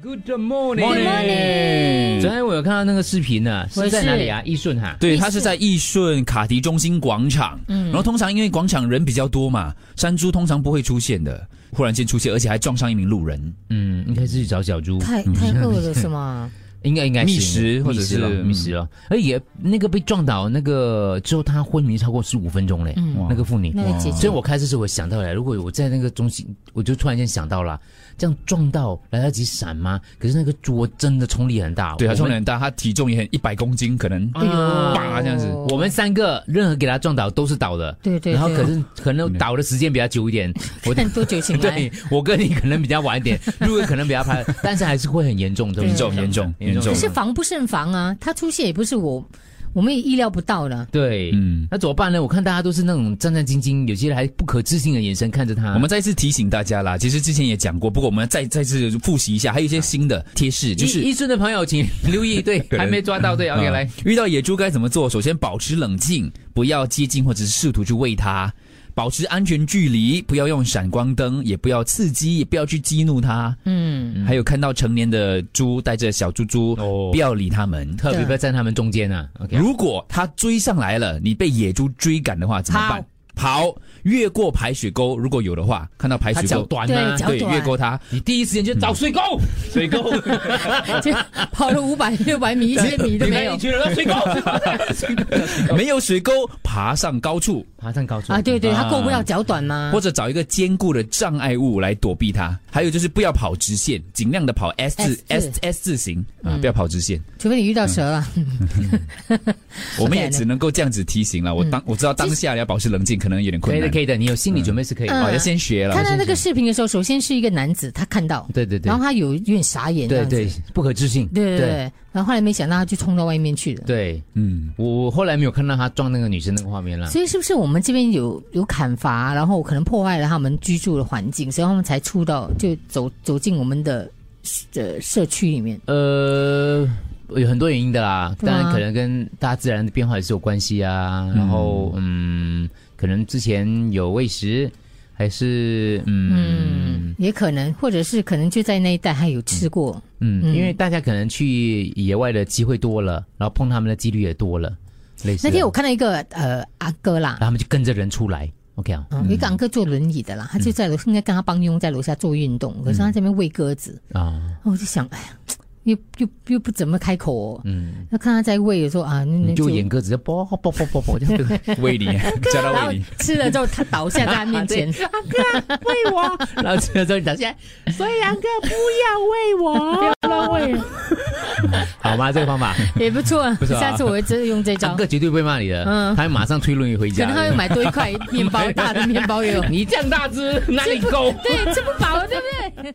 Good morning，, Morning 昨天我有看到那个视频呢，我是也在哪是里啊？易顺哈，对，艺它是术在艺顺卡迪中心广场。嗯，然后通常因为广场人比较多嘛，山猪通常不会出现的，忽然间出现，而且还撞上一名路人。嗯，应该是去找小猪，太太饿了是吗？应该应该是觅食或者觅食了是嗯觅食了，而且那个被撞倒那个之后，他昏迷超过十五分钟嘞，嗯那个妇女。那个姐所姐以我开始时候我想到了，如果我在那个中心，我就突然间想到了，这样撞到来得及闪吗？可是那个桌真的冲力很大，对，他我们重量很大，他体重也很一百公斤，可能哎呦叭这样子我们三个任何给他撞倒都是倒的，对对然后对可 是可能倒的时间比较久一点，我看多久醒来对？我跟你可能比较晚一点，入围可能比较拍，但是还是会很严重，严重严重严重可是防不胜防啊，他出现也不是我，我们也意料不到的。对，嗯那怎么办呢？我看大家都是那种战战兢兢，有些人还不可置信的眼神看着他。我们再次提醒大家啦，其实之前也讲过，不过我们再再次复习一下，还有一些新的贴士，就就是是一顺的朋友，请留意， 对，能还没抓到，对，OK，啊来，遇到野猪该怎么做？首先保持冷静，不要接近或者是试图去喂它，保持安全距离，不要用闪光灯，也不要刺激，也不要去激怒它。嗯，还有看到成年的猪带着小猪猪，哦不要理它们。特别不要站他们中间啊，OK，如果它追上来了，你被野猪追赶的话怎么办？跑，越过排水沟，如果有的话，看到排他水脚沟，短对啊，脚对，短越过它，你第一时间就找水沟，水沟， 就跑了五百六百米、一千米都没有你去了水 沟，没有水沟，爬上高处，爬上高处啊！对对，他过不啊了脚短嘛或。者找一个坚固的障碍物来躲避它。还有就是不要跑直线，尽量的跑 S 字 S S 字嗯 S 字形啊，不要跑直线。除非你遇到蛇啊了，我们这也样的嗯只能够这样子提醒了。我当我知道当下要保持冷静可能有点可困以的，难，可以的，你有心理准备是可以的。嗯哦，要先学了看。到那个视频的时候，首先是一个男子，他看到，对对对然后他有一点傻眼，对这样对子，不可置信，对对对，然后后来没想到他就冲到外面去了。对，嗯，我我后来没有看到他撞那个女生那个画面了。所以是不是我们这边有有砍伐，然后可能破坏了他们居住的环境，所以他们才出到就走走进我们的呃社区里面？呃，有很多原因的啦，对当吗然可能跟大自然的变化也是有关系啊。然后嗯，可能之前有喂食，还是嗯嗯，也可能，或者是可能就在那一带还有吃过，嗯嗯因为大家可能去野外的机会多了，然后碰他们的几率也多了，类似的。那天我看到一个呃阿哥啦然后，他们就跟着人出来，OK 啊嗯有一个阿哥坐轮椅的嗯啦，他就在楼，应该跟他帮佣在楼下做运动，可是他这边喂鸽子，啊，然后我就想，哎呀，又又又不怎么开口哦。嗯，那看他在喂，有时候啊，那那你就演鸽子，就啵啵啵啵啵这样子，喂 你，叫然他后喂你。吃了之后，他倒下在他面 前，喂我，然后这个时候你打下来，所以杨哥不要喂我，不要乱喂，好吗？这个方法，也不错。错啊下次我会真的用这招杨，哥绝对不会骂你的，嗯他会马上推轮椅回可家。能。他会买多一块面包，大的面包也有你这样大只，哪里够？对，吃不饱，对不对？